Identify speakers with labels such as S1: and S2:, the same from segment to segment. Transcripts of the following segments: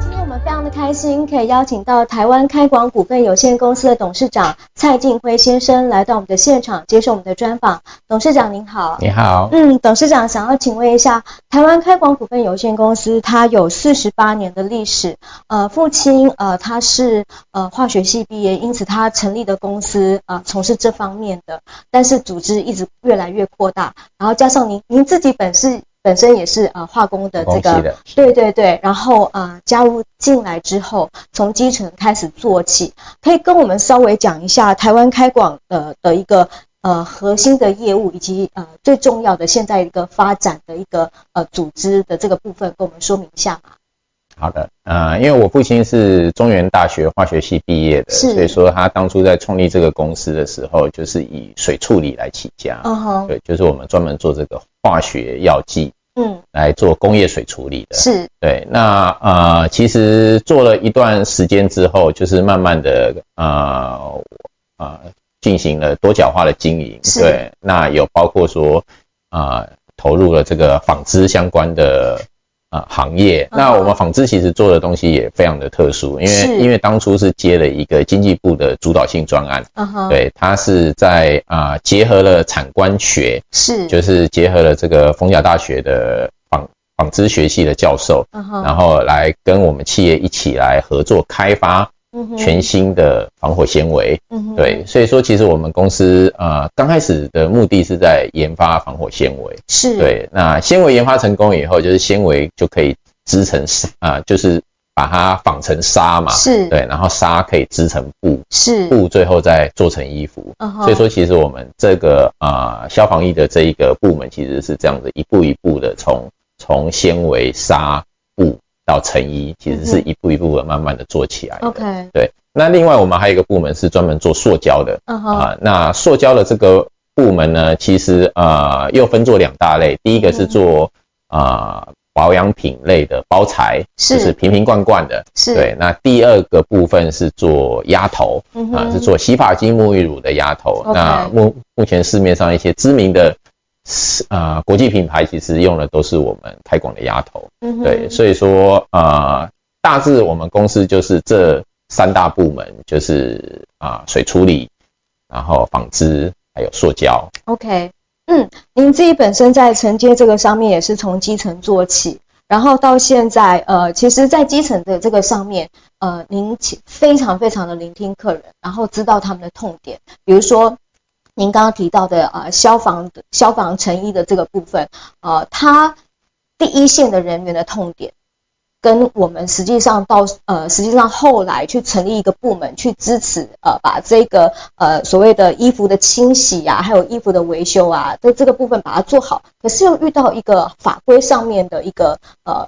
S1: 今天我们非常的开心，可以邀请到台湾开广股份有限公司的董事长蔡进辉先生来到我们的现场接受我们的专访。董事长您好。
S2: 你好，
S1: 嗯，董事长想要请问一下，台湾开广股份有限公司它有四十八年的历史，呃，父亲呃他是呃化学系毕业，因此他成立的公司啊、呃、从事这方面的，但是组织一直越来越扩大，然后加上您您自己本是本身也是呃化工的这
S2: 恭喜
S1: 个，
S2: 的，
S1: 对对对，然后呃加入进来之后，从基层开始做起，可以跟我们稍微讲一下台湾开广呃的一个呃核心的业务，以及呃最重要的现在一个发展的一个呃组织的这个部分，跟我们说明一下嘛。
S2: 好的，呃，因为我父亲是中原大学化学系毕业的，
S1: 是
S2: 所以说他当初在创立这个公司的时候，就是以水处理来起家，
S1: 嗯哼，
S2: 对，就是我们专门做这个化学药剂
S1: 嗯，
S2: 来做工业水处理的，
S1: 是，
S2: 对，那呃，其实做了一段时间之后，就是慢慢的呃呃进行了多角化的经营，
S1: 是
S2: 对，那有包括说呃投入了这个纺织相关的呃行业。
S1: 嗯
S2: 那我们纺织其实做的东西也非常的特殊，因
S1: 是
S2: 为因为当初是接了一个经济部的主导性专案，
S1: 嗯哼，，
S2: 对，它是在啊、呃结合了产官学，
S1: 是，
S2: 就是结合了这个逢甲大学的纺纺织学系的教授。
S1: 嗯哼，
S2: 然后来跟我们企业一起来合作开发
S1: 嗯哼
S2: 全，新的防火纤维。
S1: 嗯哼，
S2: 对，，所以说其实我们公司呃刚开始的目的是在研发防火纤维。
S1: 是，，
S2: 对，那纤维研发成功以后，就是纤维就可以织成纱啊、就是把它纺成纱嘛。
S1: 是，，
S2: 对，然后纱可以织成布，
S1: 是，
S2: 布最后再做成衣服。
S1: 嗯哼，
S2: 所以说，其实我们这个啊、呃消防疫的这一个部门，其实是这样子一步一步的从从纤维纱布到成衣，其实是
S1: 嗯
S2: 一步一步的慢慢的做起来的。
S1: ，OK，
S2: 那另外我们还有一个部门是专门做塑胶的
S1: 嗯
S2: 啊、
S1: 哼，
S2: 那塑胶的这个部门呢，其实啊又分做两大类，第一个是做啊、呃保养品类的包材，就是
S1: 嗯是，
S2: 瓶瓶罐罐的。
S1: 是，
S2: 对，，那第二个部分是做压头，
S1: 嗯
S2: 啊，
S1: 哼，
S2: 是做洗发精、沐浴乳的压头。
S1: OK
S2: 那目目前市面上一些知名的呃国际品牌，其实用的都是我们开广的压头。
S1: 嗯哼，
S2: 对，所以说呃，大致我们公司就是这三大部门，就是啊、水处理，然后纺织，还有塑胶。
S1: OK，嗯，您自己本身在承接这个上面也是从基层做起，然后到现在，呃，其实，在基层的这个上面，呃，您其非常非常的聆听客人，然后知道他们的痛点，比如说。您刚刚提到的呃消防消防成衣的这个部分，呃，它第一线的人员的痛点，跟我们实际上到呃实际上后来去成立一个部门去支持呃把这个呃所谓的衣服的清洗啊，还有衣服的维修啊，在这个部分把它做好。可是又遇到一个法规上面的一个呃，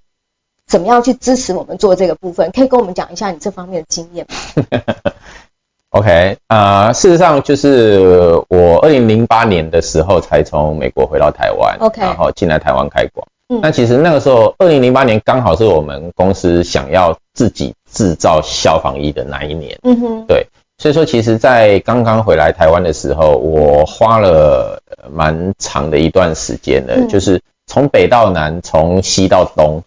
S1: 怎么样去支持我们做这个部分？可以跟我们讲一下你这方面的经验吗？
S2: OK，啊、事实上就是我二零零八年的时候才从美国回到台湾
S1: OK
S2: 然后进来台湾开广。
S1: 嗯
S2: 那其实那个时候，二零零八年刚好是我们公司想要自己制造消防衣的那一年，
S1: 嗯哼，
S2: 所以说其实，在刚刚回来台湾的时候，我花了呃蛮长的一段时间的，
S1: 嗯
S2: 就是从北到南，从西到东，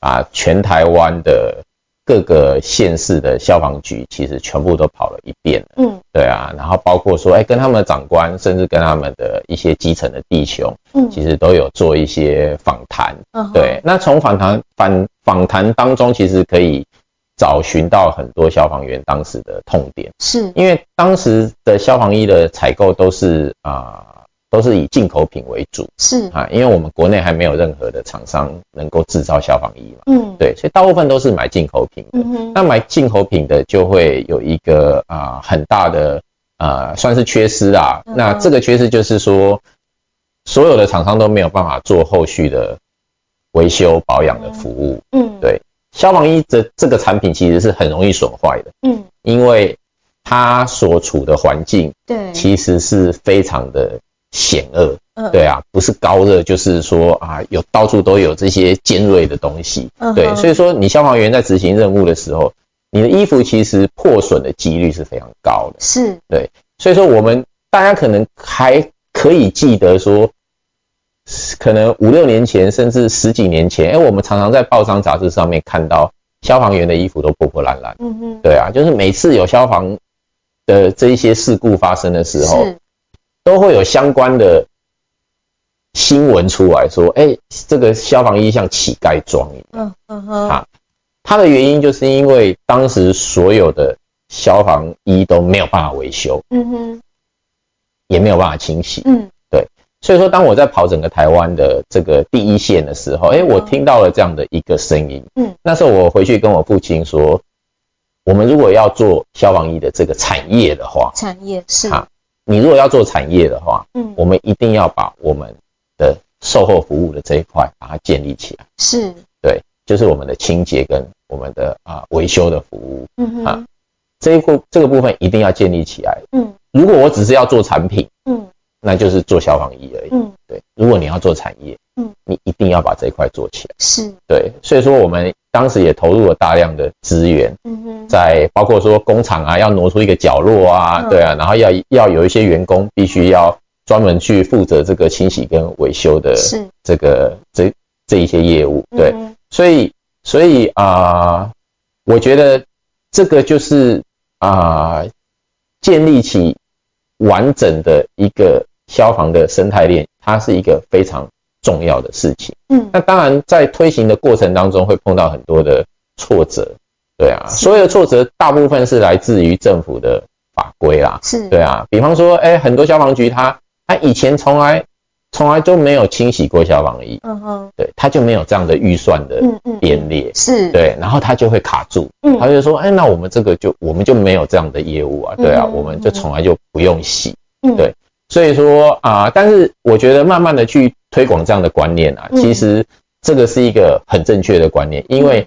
S2: 把全台湾的各个县市的消防局其实全部都跑了一遍了。
S1: 嗯
S2: 对啊，然后包括说，哎，跟他们的长官，甚至跟他们的一些基层的弟兄，
S1: 嗯，
S2: 其实都有做一些访谈。
S1: 嗯哼
S2: 对，，那从访谈访访谈当中，其实可以找寻到很多消防员当时的痛点，
S1: 是，
S2: 因为当时的消防衣的采购都是啊、都是以进口品为主
S1: 是，
S2: 啊，因为我们国内还没有任何的厂商能够制造消防衣嘛。
S1: 嗯，，
S2: 对，所以大部分都是买进口品的。
S1: 嗯哼，
S2: 那买进口品的就会有一个啊、很大的呃算是缺失啊。
S1: 嗯
S2: 那这个缺失就是说，所有的厂商都没有办法做后续的维修保养的服务。
S1: 嗯，
S2: 对消防衣这这个产品其实是很容易损坏的，
S1: 嗯，
S2: 因为它所处的环境
S1: 对，
S2: 其实是非常的险恶，
S1: 嗯，
S2: 对啊，不是高热，就是说啊，有到处都有这些尖锐的东西，
S1: 嗯哼
S2: 对，所以说你消防员在执行任务的时候，你的衣服其实破损的几率是非常高的。
S1: 是，
S2: 所以说我们大家可能还可以记得说，可能五六年前甚至十几年前，哎，我们常常在报章杂志上面看到消防员的衣服都破破烂烂。
S1: 嗯哼，
S2: 对啊，就是每次有消防的这一些事故发生的时候，
S1: 是，
S2: 都会有相关的新闻出来说，哎，这个消防衣像乞丐装一样。
S1: 嗯嗯哼，
S2: 好它的原因就是因为当时所有的消防衣都没有办法维修，
S1: 嗯哼，
S2: 也没有办法清洗。
S1: 嗯，
S2: 所以说，当我在跑整个台湾的这个第一线的时候，哎，我听到了这样的一个声音。
S1: 嗯，
S2: 那时候我回去跟我父亲说，我们如果要做消防衣的这个产业的话，
S1: 产业是，
S2: 好你如果要做产业的话，
S1: 嗯，
S2: 我们一定要把我们的售后服务的这一块把它建立起来，
S1: 是，
S2: 就是我们的清洁跟我们的啊维修的服务
S1: 嗯
S2: 好
S1: 哼，
S2: 这一部这个部分一定要建立起来。
S1: 嗯
S2: 如果我只是要做产品，
S1: 嗯
S2: 那就是做消防衣而已。
S1: 嗯，
S2: 对，如果你要做产业，
S1: 嗯，
S2: 你一定要把这一块做起来。
S1: 是，
S2: 对，所以说我们当时也投入了大量的资源，
S1: 嗯哼，
S2: 在包括说工厂啊，要挪出一个角落啊，
S1: 嗯
S2: 对啊，然后要要有一些员工必须要专门去负责这个清洗跟维修的
S1: 是，
S2: 这个这这一些业务，对，
S1: 嗯哼
S2: 所以所以啊、我觉得这个就是啊、建立起完整的一个消防的生态链，它是一个非常重要的事情。
S1: 嗯
S2: 那当然，在推行的过程当中会碰到很多的挫折，对啊，
S1: 是
S2: 所有的挫折大部分是来自于政府的法规啦，
S1: 是，
S2: 对啊，比方说，哎，很多消防局它它以前从来从来都没有清洗过消防衣，
S1: 嗯哼，
S2: 对，它就没有这样的预算的
S1: 嗯嗯，
S2: 编列，
S1: 是，，
S2: 对，然后它就会卡住，
S1: 嗯
S2: 他就说，哎，那我们这个就我们就没有这样的业务啊，对啊，
S1: 嗯哼
S2: 我们就从来就不用洗，
S1: 嗯
S2: 对所以说啊、但是我觉得慢慢的去推广这样的观念啊，
S1: 嗯
S2: 其实这个是一个很正确的观念，因为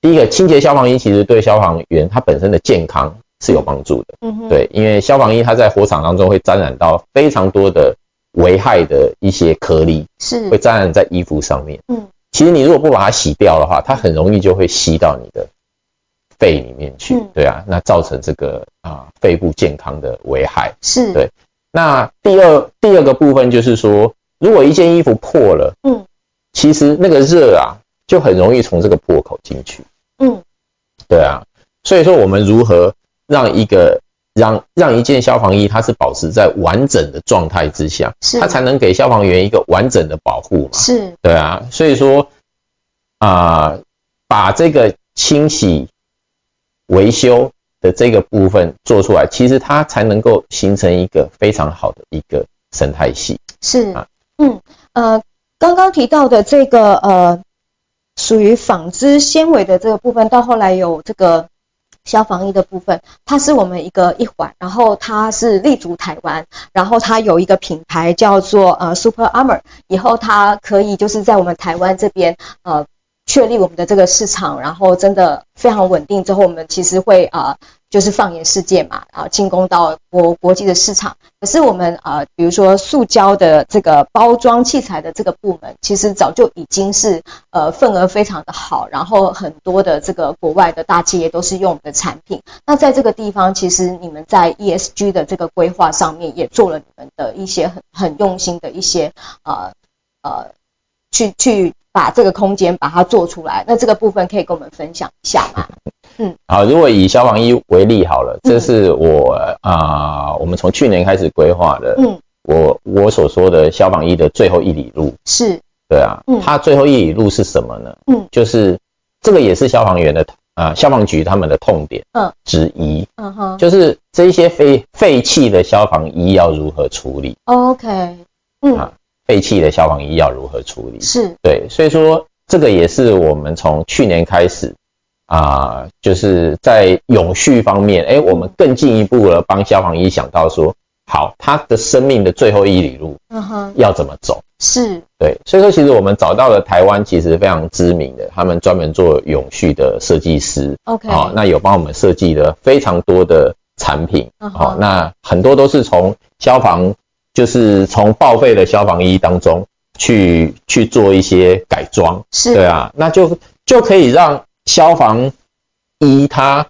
S2: 第一个清洁消防衣其实对消防员他本身的健康是有帮助的，
S1: 嗯哼，，
S2: 对，因为消防衣它在火场当中会沾染到非常多的危害的一些颗粒，
S1: 是
S2: 会，沾染在衣服上面。
S1: 嗯，
S2: 其实你如果不把它洗掉的话，它很容易就会吸到你的肺里面去。
S1: 嗯
S2: 对啊，那造成这个啊、肺部健康的危害。
S1: 是，
S2: 对那第二第二个部分就是说，如果一件衣服破了，
S1: 嗯，
S2: 其实那个热啊，就很容易从这个破口进去。
S1: 嗯
S2: 对啊，所以说我们如何让一个让让一件消防衣它是保持在完整的状态之下，
S1: 是，
S2: 它才能给消防员一个完整的保护嘛。
S1: 是，
S2: 对啊，所以说啊、把这个清洗、维修的这个部分做出来，其实它才能够形成一个非常好的一个生态系。
S1: 是
S2: 啊，
S1: 嗯，呃，刚刚提到的这个呃，属于纺织纤维的这个部分，到后来有这个消防衣的部分，它是我们一个一环，然后它是立足台湾，然后它有一个品牌叫做呃 Super Armor，以后它可以就是在我们台湾这边呃。确立我们的这个市场，然后真的非常稳定之后，我们其实会呃，就是放眼世界嘛，然后进攻到国国际的市场。可是我们呃，比如说塑胶的这个包装器材的这个部门，其实早就已经是呃份额非常的好，然后很多的这个国外的大企业都是用我们的产品。那在这个地方，其实你们在 ESG 的这个规划上面也做了你们的一些很很用心的一些呃呃，去去把这个空间把它做出来。那这个部分可以跟我们分享一下吗？
S2: 好，如果以消防衣为例好了，
S1: 嗯
S2: 这是我啊、我们从去年开始规划的，
S1: 嗯，
S2: 我我所说的消防衣的最后一里路。
S1: 是，
S2: 对啊，
S1: 嗯
S2: 它最后一里路是什么呢？
S1: 嗯
S2: 就是这个也是消防员的啊、消防局他们的痛点，
S1: 嗯，
S2: 之一。
S1: 嗯哼
S2: 就是这一些废废弃的消防衣要如何处理？
S1: ，OK，嗯
S2: 啊，废弃的消防衣要如何处理？
S1: 是，
S2: 对，所以说这个也是我们从去年开始啊、就是在永续方面，哎，我们更进一步了，帮消防衣想到说，好，它的生命的最后一里路
S1: 嗯哼，
S2: 要怎么走？
S1: 是，
S2: 对，所以说其实我们找到了台湾其实非常知名的，他们专门做永续的设计师，
S1: OK，
S2: 好、那有帮我们设计了非常多的产品，
S1: 嗯哼
S2: 好、那很多都是从消防就是从报废的消防衣当中去去做一些改装，
S1: 是
S2: 对啊，那就就可以让消防衣它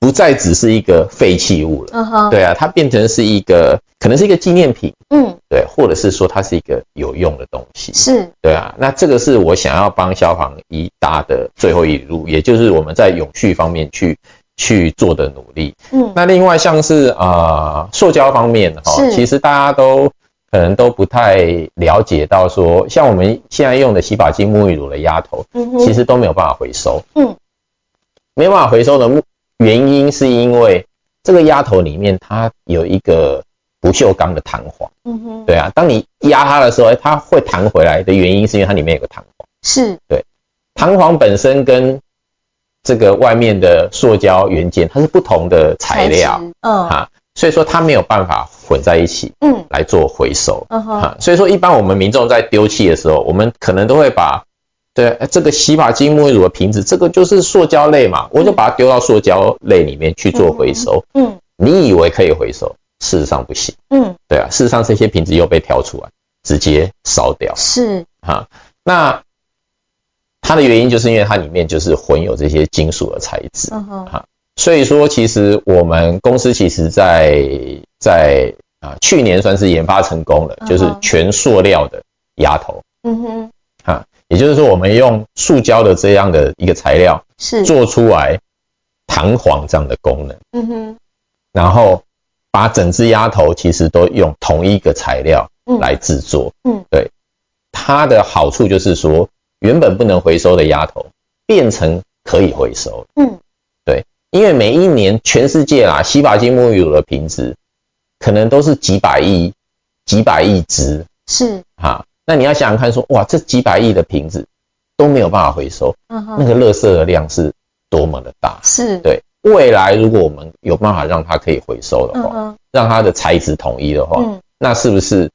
S2: 不再只是一个废弃物了，
S1: 嗯哼，，
S2: 对啊，它变成是一个可能是一个纪念品，
S1: 嗯，
S2: 对，或者是说它是一个有用的东西，
S1: 是，
S2: 对啊，那这个是我想要帮消防一搭的最后一里路，也就是我们在永续方面去去做的努力。
S1: 嗯，
S2: 那另外像是啊、呃塑胶方面哈、
S1: 是
S2: 其实大家都可能都不太了解到说，像我们现在用的洗发精、沐浴乳的压头，
S1: 嗯哼，
S2: 其实都没有办法回收。
S1: 嗯，
S2: 没办法回收的目原因是因为这个压头里面它有一个不锈钢的弹簧。
S1: 嗯哼，
S2: 对啊，当你压它的时候，哎它会弹回来的原因是因为它里面有个弹簧，
S1: 是，
S2: 弹簧本身跟这个外面的塑胶元件它是不同的材料
S1: 质，嗯
S2: 啊，所以说它没有办法混在一起
S1: 嗯
S2: 来做回收
S1: 嗯哼，
S2: 啊，所以说一般我们民众在丢弃的时候，我们可能都会把对哎这个洗发精、沐浴乳的瓶子，这个就是塑胶类嘛，我就把它丢到塑胶类里面去做回收，
S1: 嗯
S2: 你以为可以回收，事实上不行。
S1: 嗯，
S2: 对啊，事实上这些瓶子又被挑出来，直接烧掉
S1: 是，
S2: 哈。那它的原因就是因为它里面就是混有这些金属的材质，
S1: 嗯哼，
S2: 所以说其实我们公司其实在在啊、去年算是研发成功了
S1: 嗯，哼
S2: 就是全塑料的压头
S1: 嗯哼，
S2: 哈，也就是说我们用塑胶的这样的一个材料
S1: 是，
S2: 做出来弹簧这样的功能，
S1: 嗯哼，
S2: 然后把整只鸭头其实都用同一个材料
S1: 嗯，
S2: 来，制作。
S1: 嗯，
S2: 对，它的好处就是说，原本不能回收的鸭头变成可以回收，
S1: 嗯
S2: 因为每一年全世界啦，洗发精、沐浴乳的瓶子可能都是几百亿、几百亿只
S1: 是，
S2: 啊。那你要想想看说哇，这几百亿的瓶子都没有办法回收，
S1: 嗯哼，
S2: 那个垃圾的量是多么的大。
S1: 是，，
S2: 对，未来如果我们有办法让它可以回收的
S1: 嗯
S2: 话，
S1: 哼，
S2: 让它的材质统一的话，
S1: 嗯
S2: 那是不是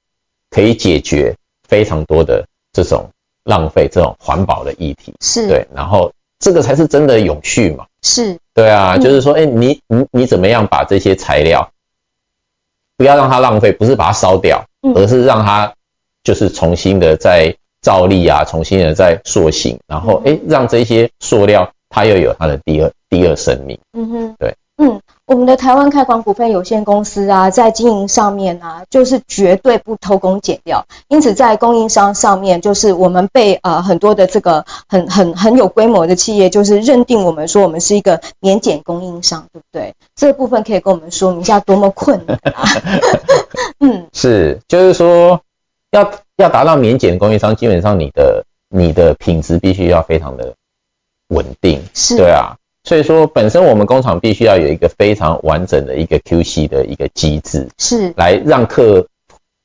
S2: 可以解决非常多的这种浪费、这种环保的议题？
S1: 是，，
S2: 对，然后这个才是真的永续嘛？
S1: 是，
S2: 对啊，
S1: 嗯
S2: 就是说，哎、你你你怎么样把这些材料不要让它浪费，不是把它烧掉，
S1: 嗯
S2: 而是让它就是重新的再造粒啊，重新的再塑形，然后哎、
S1: 嗯
S2: 诶让这些塑料它又有它的第二第二生命。
S1: 嗯哼，
S2: 对，
S1: 嗯，我们的台湾开广股份有限公司啊，在经营上面啊，就是绝对不偷工减料，因此在供应商上面，就是我们被呃很多的这个很很很有规模的企业，就是认定我们说我们是一个免检供应商，对不对？这个部分可以跟我们说明一下多么困难 啊？嗯，
S2: 是，就是说要要达到免检供应商，基本上你的你的品质必须要非常的稳定，
S1: 是，
S2: 对啊。所以说，本身我们工厂必须要有一个非常完整的一个 QC 的一个机制，
S1: 是，
S2: 来让客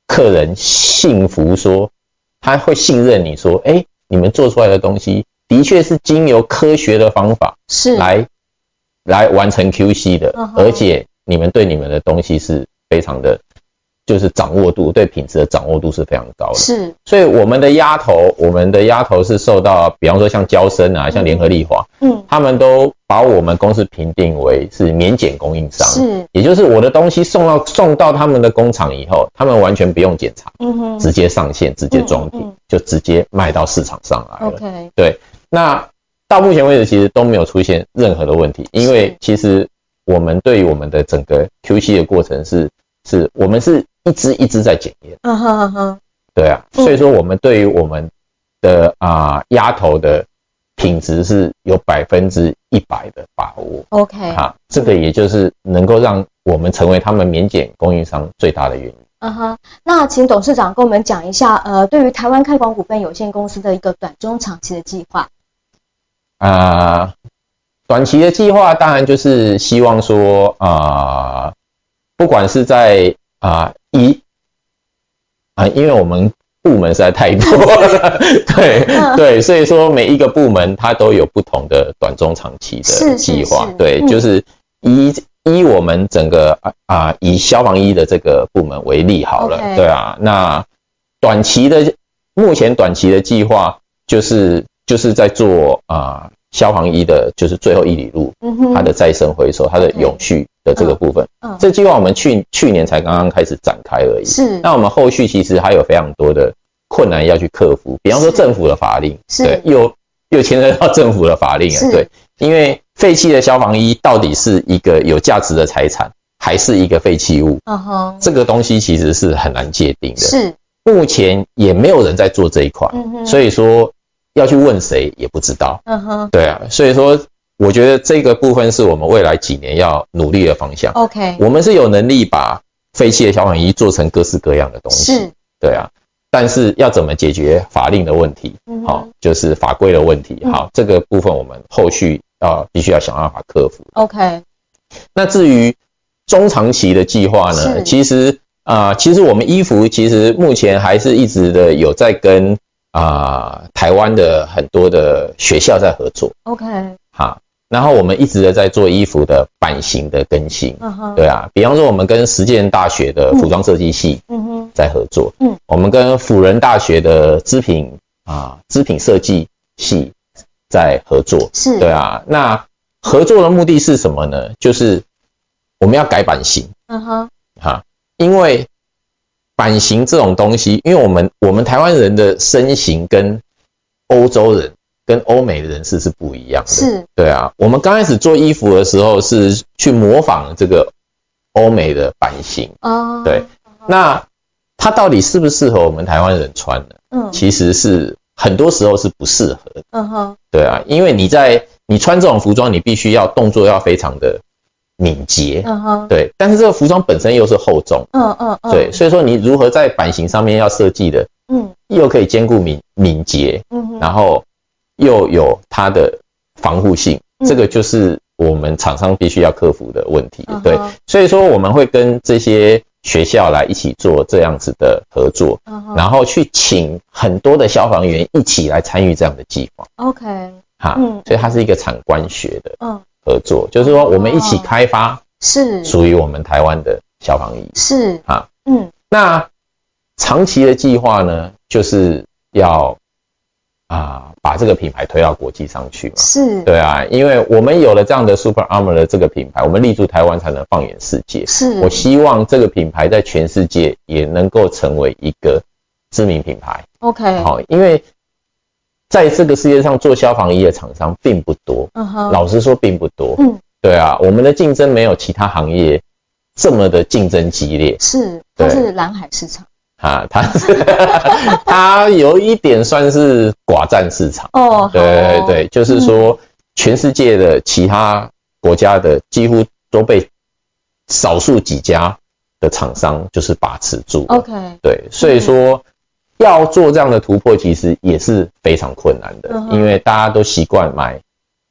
S2: 客人信服说，他会信任你说，哎，你们做出来的东西的确是经由科学的方法
S1: 是，
S2: 来来完成 QC 的
S1: 嗯，哼
S2: 而且你们对你们的东西是非常的，就是掌握度对品质的掌握度是非常高的。
S1: 是，
S2: 所以我们的鸭头，我们的鸭头是受到，比方说像娇生啊，像联合利华，
S1: 嗯，
S2: 他们都把我们公司评定为是免检供应商，
S1: 是，
S2: 也就是我的东西送到送到他们的工厂以后，他们完全不用检查，
S1: 嗯哼
S2: 直接上线，直接装
S1: 嗯嗯
S2: 瓶
S1: 嗯，
S2: 就直接卖到市场上来了。
S1: ，OK，
S2: 那到目前为止，其实都没有出现任何的问题，因为
S1: 是
S2: 其实我们对于我们的整个 QC 的过程是，是我们是一支一支在检验，
S1: 嗯哼嗯哼，
S2: 对啊，
S1: 嗯
S2: 所以说我们对于我们的啊、鸭头的品质是有百分之一百的把握
S1: OK，
S2: 啊，这个也就是能够让我们成为他们免检供应商最大的原因。
S1: 嗯哼，那请董事长跟我们讲一下，呃，对于台湾开广股份有限公司的一个短中长期的计划。
S2: 啊、短期的计划当然就是希望说啊、不管是在啊、一啊、因为我们部门实在太多了，
S1: 嗯
S2: 对对，所以说每一个部门它都有不同的短中长期
S1: 是是
S2: 的计划
S1: 是，
S2: 对，
S1: 嗯
S2: 就是依依我们整个啊、啊以消防衣的这个部门为例好了
S1: OK
S2: 对啊，那短期的目前短期的计划就是就是在做啊、消防一的就是最后一里路，
S1: 嗯哼，
S2: 它的再生回收，它的
S1: OK
S2: 永续的这个部分。
S1: 嗯
S2: 这计划我们去去年才刚刚开始展开而已。
S1: 是
S2: 那我们后续其实还有非常多的困难要去克服，比方说
S1: 是
S2: 政府的法令，
S1: 是
S2: 对，又又牵涉到政府的法令
S1: 是
S2: 了，对，因为废弃的消防衣到底是一个有价值的财产，还是一个废弃物？
S1: 嗯哼，
S2: 这个东西其实是很难界定的，
S1: 是
S2: 目前也没有人在做这一块，
S1: 嗯哼
S2: 所以说要去问谁也不知道。
S1: 嗯哼
S2: 对啊，所以说我觉得这个部分是我们未来几年要努力的方向。
S1: ，OK，
S2: 我们是有能力把废弃的消防衣做成各式各样的东西，
S1: 是
S2: 对啊。但是要怎么解决法令的问题？
S1: 嗯哼
S2: 好、就是法规的问题。
S1: 嗯
S2: 好，这个部分我们后续啊、呃必须要想办法克服。
S1: OK，
S2: 那至于中长期的计划
S1: 是
S2: 呢，其实啊、呃其实我们衣服其实目前还是一直的有在跟啊、呃台湾的很多的学校在合作。
S1: OK，
S2: 哈。然后我们一直的在做衣服的版型的更新，
S1: 嗯哼，
S2: 对啊，比方说我们跟实践大学的服装设计系
S1: 嗯哼，
S2: 在合作，
S1: 嗯，
S2: 我们跟辅仁大学的织品啊织品设计系在合作，
S1: 是，
S2: 对啊，那合作的目的是什么呢？就是我们要改版型
S1: 嗯哼，
S2: 哈，因为版型这种东西，因为我们我们台湾人的身形跟欧洲人跟欧美的人士是不一样的，
S1: 是
S2: 对啊，我们刚开始做衣服的时候是去模仿这个欧美的版型，
S1: 啊，
S2: 对，，那它到底适不适合我们台湾人穿呢？
S1: 嗯
S2: 其实是很多时候是不适合的，
S1: 嗯哼，
S2: 对啊，因为你在你穿这种服装，你必须要动作要非常的敏捷，
S1: 嗯哼，
S2: 对，但是这个服装本身又是厚重，
S1: 嗯嗯嗯，
S2: 对，，所以说你如何在版型上面要设计的，
S1: 嗯
S2: 又可以兼顾敏敏捷，
S1: 嗯哼，
S2: 然后又有它的防护性，
S1: 嗯
S2: 这个就是我们厂商必须要克服的问题
S1: 嗯。哼
S2: 对，所以说我们会跟这些学校来一起做这样子的合作，
S1: 嗯哼
S2: 然后去请很多的消防员一起来参与这样的计划。
S1: ，OK，
S2: 哈
S1: 嗯，
S2: 啊所以它是一个产官学的
S1: 嗯，
S2: 合作，就是说我们一起开发
S1: 哦是
S2: 属于我们台湾的消防衣。
S1: 是
S2: 啊，
S1: 嗯
S2: 那长期的计划呢，就是要啊、把这个品牌推到国际上去嘛。
S1: 是，
S2: 对啊，因为我们有了这样的 Super Armor 的这个品牌，我们立足台湾才能放眼世界。
S1: 是，
S2: 我希望这个品牌在全世界也能够成为一个知名品牌。
S1: OK，
S2: 好、因为在这个世界上做消防衣的厂商并不多，
S1: 嗯哼，
S2: 老实说并不多。
S1: 嗯，
S2: 对啊，我们的竞争没有其他行业这么的竞争激烈
S1: 是，它
S2: 对
S1: 是蓝海市场。
S2: 啊，它是 它有一点算是寡占市场。
S1: 哦，好
S2: 对对
S1: 哦
S2: 对，就是说，全世界的其他国家的几乎都被少数几家的厂商就是把持住了。
S1: ，OK，嗯
S2: 对，所以说要做这样的突破，其实也是非常困难的
S1: 嗯，哼
S2: 因为大家都习惯买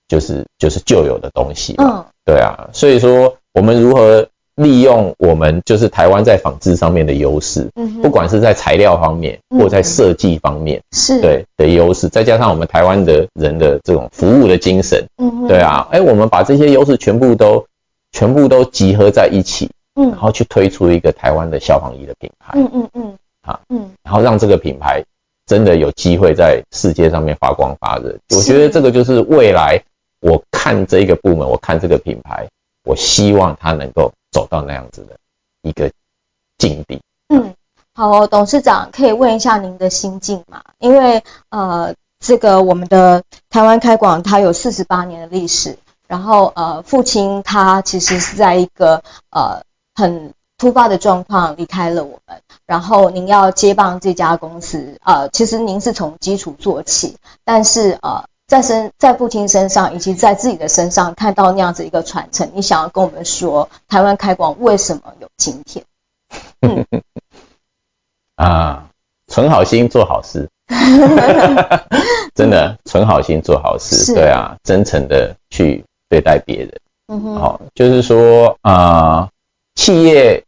S2: 就是就是旧有的东西嘛。
S1: 嗯
S2: 对啊，所以说我们如何利用我们就是台湾在纺织上面的优势，
S1: 嗯哼，
S2: 不管是在材料方面或在设计方面。
S1: 是，，
S2: 对的优势，再加上我们台湾的人的这种服务的精神，
S1: 嗯哼，
S2: 对，啊，哎，我们把这些优势全部都全部都集合在一起，
S1: 嗯
S2: 然后去推出一个台湾的消防衣的品牌，
S1: 嗯嗯嗯，
S2: 好，
S1: 嗯
S2: 然后让这个品牌真的有机会在世界上面发光发热。
S1: 是
S2: 我觉得这个就是未来我看这个部门，我看这个品牌，我希望它能够走到那样子的一个境地。
S1: 嗯，好哦，董事长可以问一下您的心境吗？因为呃，这个我们的台湾开广它有四十八年的历史，然后呃，父亲他其实是在一个呃很突发的状况离开了我们，然后您要接棒这家公司，呃，其实您是从基础做起，但是呃。在身在父亲身上，以及在自己的身上看到那样子一个传承，你想要跟我们说，台湾开广为什么有今天？
S2: 啊，存好心做好 事，真的存好心做好
S1: 是
S2: 事，对啊，真诚的去对待别人。
S1: 嗯哼，
S2: 好、就是说啊、企业，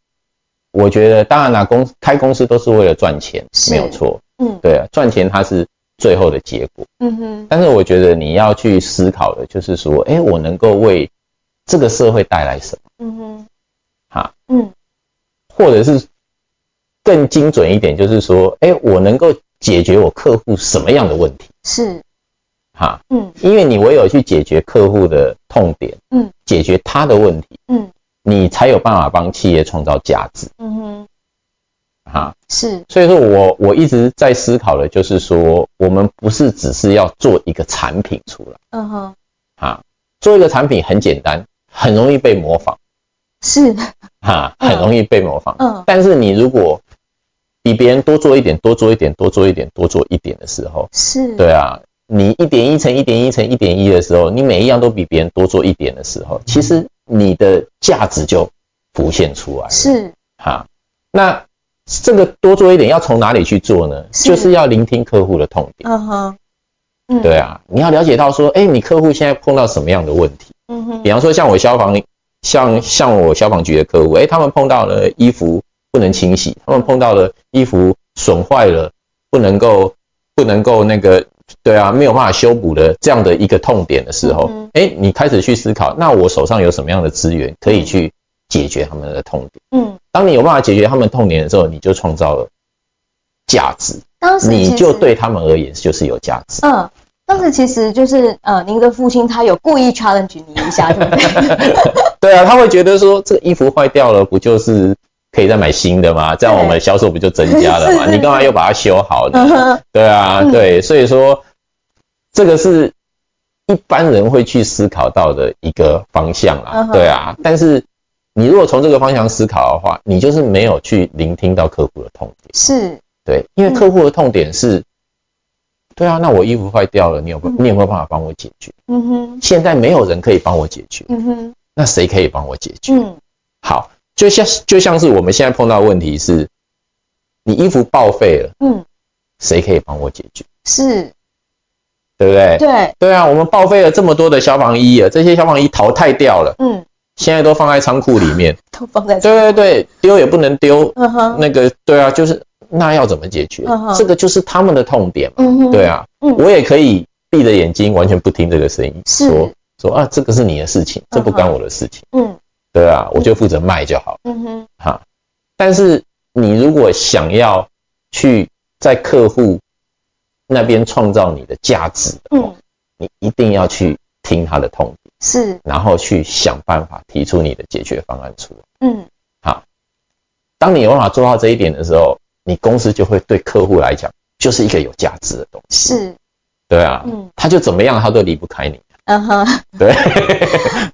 S2: 我觉得当然啦，公开公司都是为了赚钱，
S1: 是
S2: 没有错，
S1: 嗯
S2: 对啊，赚钱它是最后的结果。
S1: 嗯哼，
S2: 但是我觉得你要去思考的，就是说，哎，我能够为这个社会带来什么？
S1: 嗯哼，
S2: 哈，
S1: 嗯
S2: 或者是更精准一点，就是说，哎，我能够解决我客户什么样的问题？
S1: 是，
S2: 哈，
S1: 嗯
S2: 因为你唯有去解决客户的痛点，
S1: 嗯，
S2: 解决他的问题，
S1: 嗯
S2: 你才有办法帮企业创造价值
S1: 嗯哼，
S2: 哈。
S1: 是，
S2: 所以说我我一直在思考的就是说，我们不是只是要做一个产品出来
S1: 嗯哼，
S2: 哈，做一个产品很简单，很容易被模仿
S1: 是，
S2: 哈，
S1: 嗯
S2: 很容易被模仿。
S1: 嗯
S2: 但是你如果比别人多做一点，多做一点，多做一点，多做一点的时候，
S1: 是，
S2: 对啊，你一点一乘一点一乘一点一的时候，你每一样都比别人多做一点的时候，其实你的价值就浮现出来了。
S1: 是，
S2: 哈，那这个多做一点要从哪里去做呢？
S1: 是
S2: 就是要聆听客户的痛点。
S1: 嗯哼，嗯，
S2: 对，啊，你要了解到说，哎，你客户现在碰到什么样的问题？
S1: 嗯哼
S2: 比，方说像我消防，像像我消防局的客户，哎，他们碰到了衣服不能清洗，他们碰到了衣服损坏了，不能够不能够那个，对啊，没有办法修补的这样的一个痛点的时候
S1: 嗯哼，
S2: 哎、你开始去思考，那我手上有什么样的资源可以去解决他们的痛点？
S1: 嗯，
S2: 当你有办法解决他们痛点的时候，你就创造了价值，
S1: 当时
S2: 你
S1: 其
S2: 就
S1: 实
S2: 对他们而言就是有价值。
S1: 嗯，当时其实就是呃，您的父亲他有故意 challenge 你一下，对不 对？
S2: 对啊，他会觉得说这衣服坏掉了，不就是可以再买新的吗？这样我们销售不就增加了
S1: 是
S2: 吗？
S1: 是
S2: 你干嘛又把它修好
S1: 嗯
S2: 呢？
S1: 哼，
S2: 对啊，
S1: 嗯
S2: 对，所以说这个是一般人会去思考到的一个方向
S1: 嗯
S2: 啦
S1: 哼。
S2: 对啊，但是你如果从这个方向思考的话，你就是没有去聆听到客户的痛点。
S1: 是，
S2: 对，因为
S1: 嗯
S2: 客户的痛点是，对啊，那我衣服坏掉了，你有
S1: 嗯
S2: 你有没有办法帮我解决？
S1: 嗯哼，
S2: 现在没有人可以帮我解决，
S1: 嗯哼，
S2: 那谁可以帮我解决？
S1: 嗯，
S2: 好，就像就像是我们现在碰到的问题是，你衣服报废了，
S1: 嗯，
S2: 谁可以帮我解决？
S1: 是，
S2: 对不对？
S1: 对，
S2: 对啊，我们报废了这么多的消防衣了，这些消防衣淘汰掉了，
S1: 嗯，
S2: 现在都放在仓库里面。
S1: 都放在这，
S2: 对对对，丢也不能丢，
S1: 嗯哼，
S2: 那个对啊，就是那要怎么解决
S1: 嗯哼？
S2: 这个就是他们的痛点嘛。
S1: 嗯哼，
S2: 对，啊，
S1: 嗯
S2: 我也可以闭着眼睛完全不听这个声音，
S1: 是
S2: 说说啊，这个是你的事情，这不
S1: 嗯
S2: 干
S1: 哼
S2: 我的事情。
S1: 嗯
S2: 对啊，我就负责卖就好了。
S1: 嗯哼，
S2: 哈。但是你如果想要去在客户那边创造你的价值，
S1: 嗯，
S2: 你一定要去听他的痛点，
S1: 是，
S2: 然后去想办法提出你的解决方案出来。
S1: 嗯，
S2: 当你有办法做到这一点的时候，你公司就会对客户来讲就是一个有价值的东西。
S1: 是，
S2: 对啊，
S1: 嗯
S2: 他就怎么样，他都离不开你。
S1: 嗯哼。
S2: 对，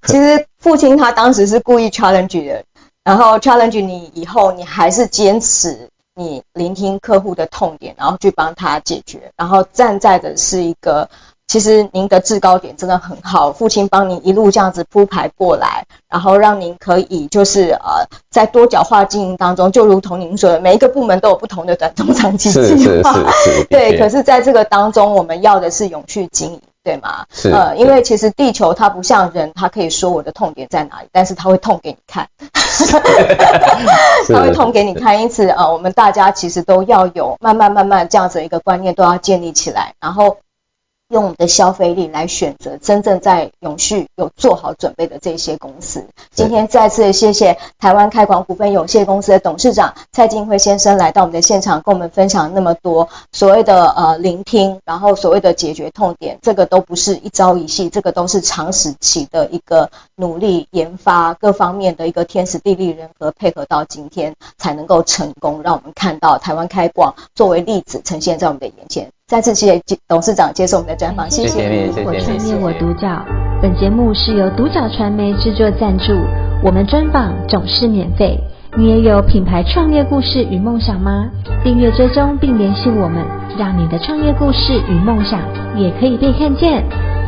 S1: 其实父亲他当时是故意 challenge 人，然后 challenge 你以后，你还是坚持你聆听客户的痛点，然后去帮他解决，然后站在的是一个，其实您的制高点真的很好，父亲帮您一路这样子铺排过来，然后让您可以就是呃，在多角化经营当中，就如同您说的，每一个部门都有不同的短中长期
S2: 是
S1: 计划。
S2: 是是是，
S1: 对，
S2: 的确
S1: 可是在这个当中，我们要的是永续经营，对吗？
S2: 是
S1: 呃，因为其实地球它不像人，它可以说我的痛点在哪里，但是它会痛给你看，
S2: 是
S1: 它会痛给你看。因此，呃，我们大家其实都要有慢慢慢慢这样子的一个观念都要建立起来，然后用我们的消费力来选择真正在永续有做好准备的这些公司。今天再次谢谢台湾开广股份有限公司的董事长蔡进辉先生来到我们的现场，跟我们分享那么多所谓的呃聆听，然后所谓的解决痛点，这个都不是一朝一夕，这个都是长时期的一个努力研发各方面的一个天时地利人和配合到今天才能够成功，让我们看到台湾开广作为例子呈现在我们的眼前。再次谢谢董事长接受我们的专访，谢
S2: 谢
S1: 谢
S2: 谢
S1: 你
S2: 你，谢
S3: 我
S2: 谢
S3: 创
S2: 你
S3: 业我独角。本节目是由独角传媒制作赞助，我们专访总是免费。你也有品牌创业故事与梦想吗？订阅追踪并联系我们，让你的创业故事与梦想也可以被看见。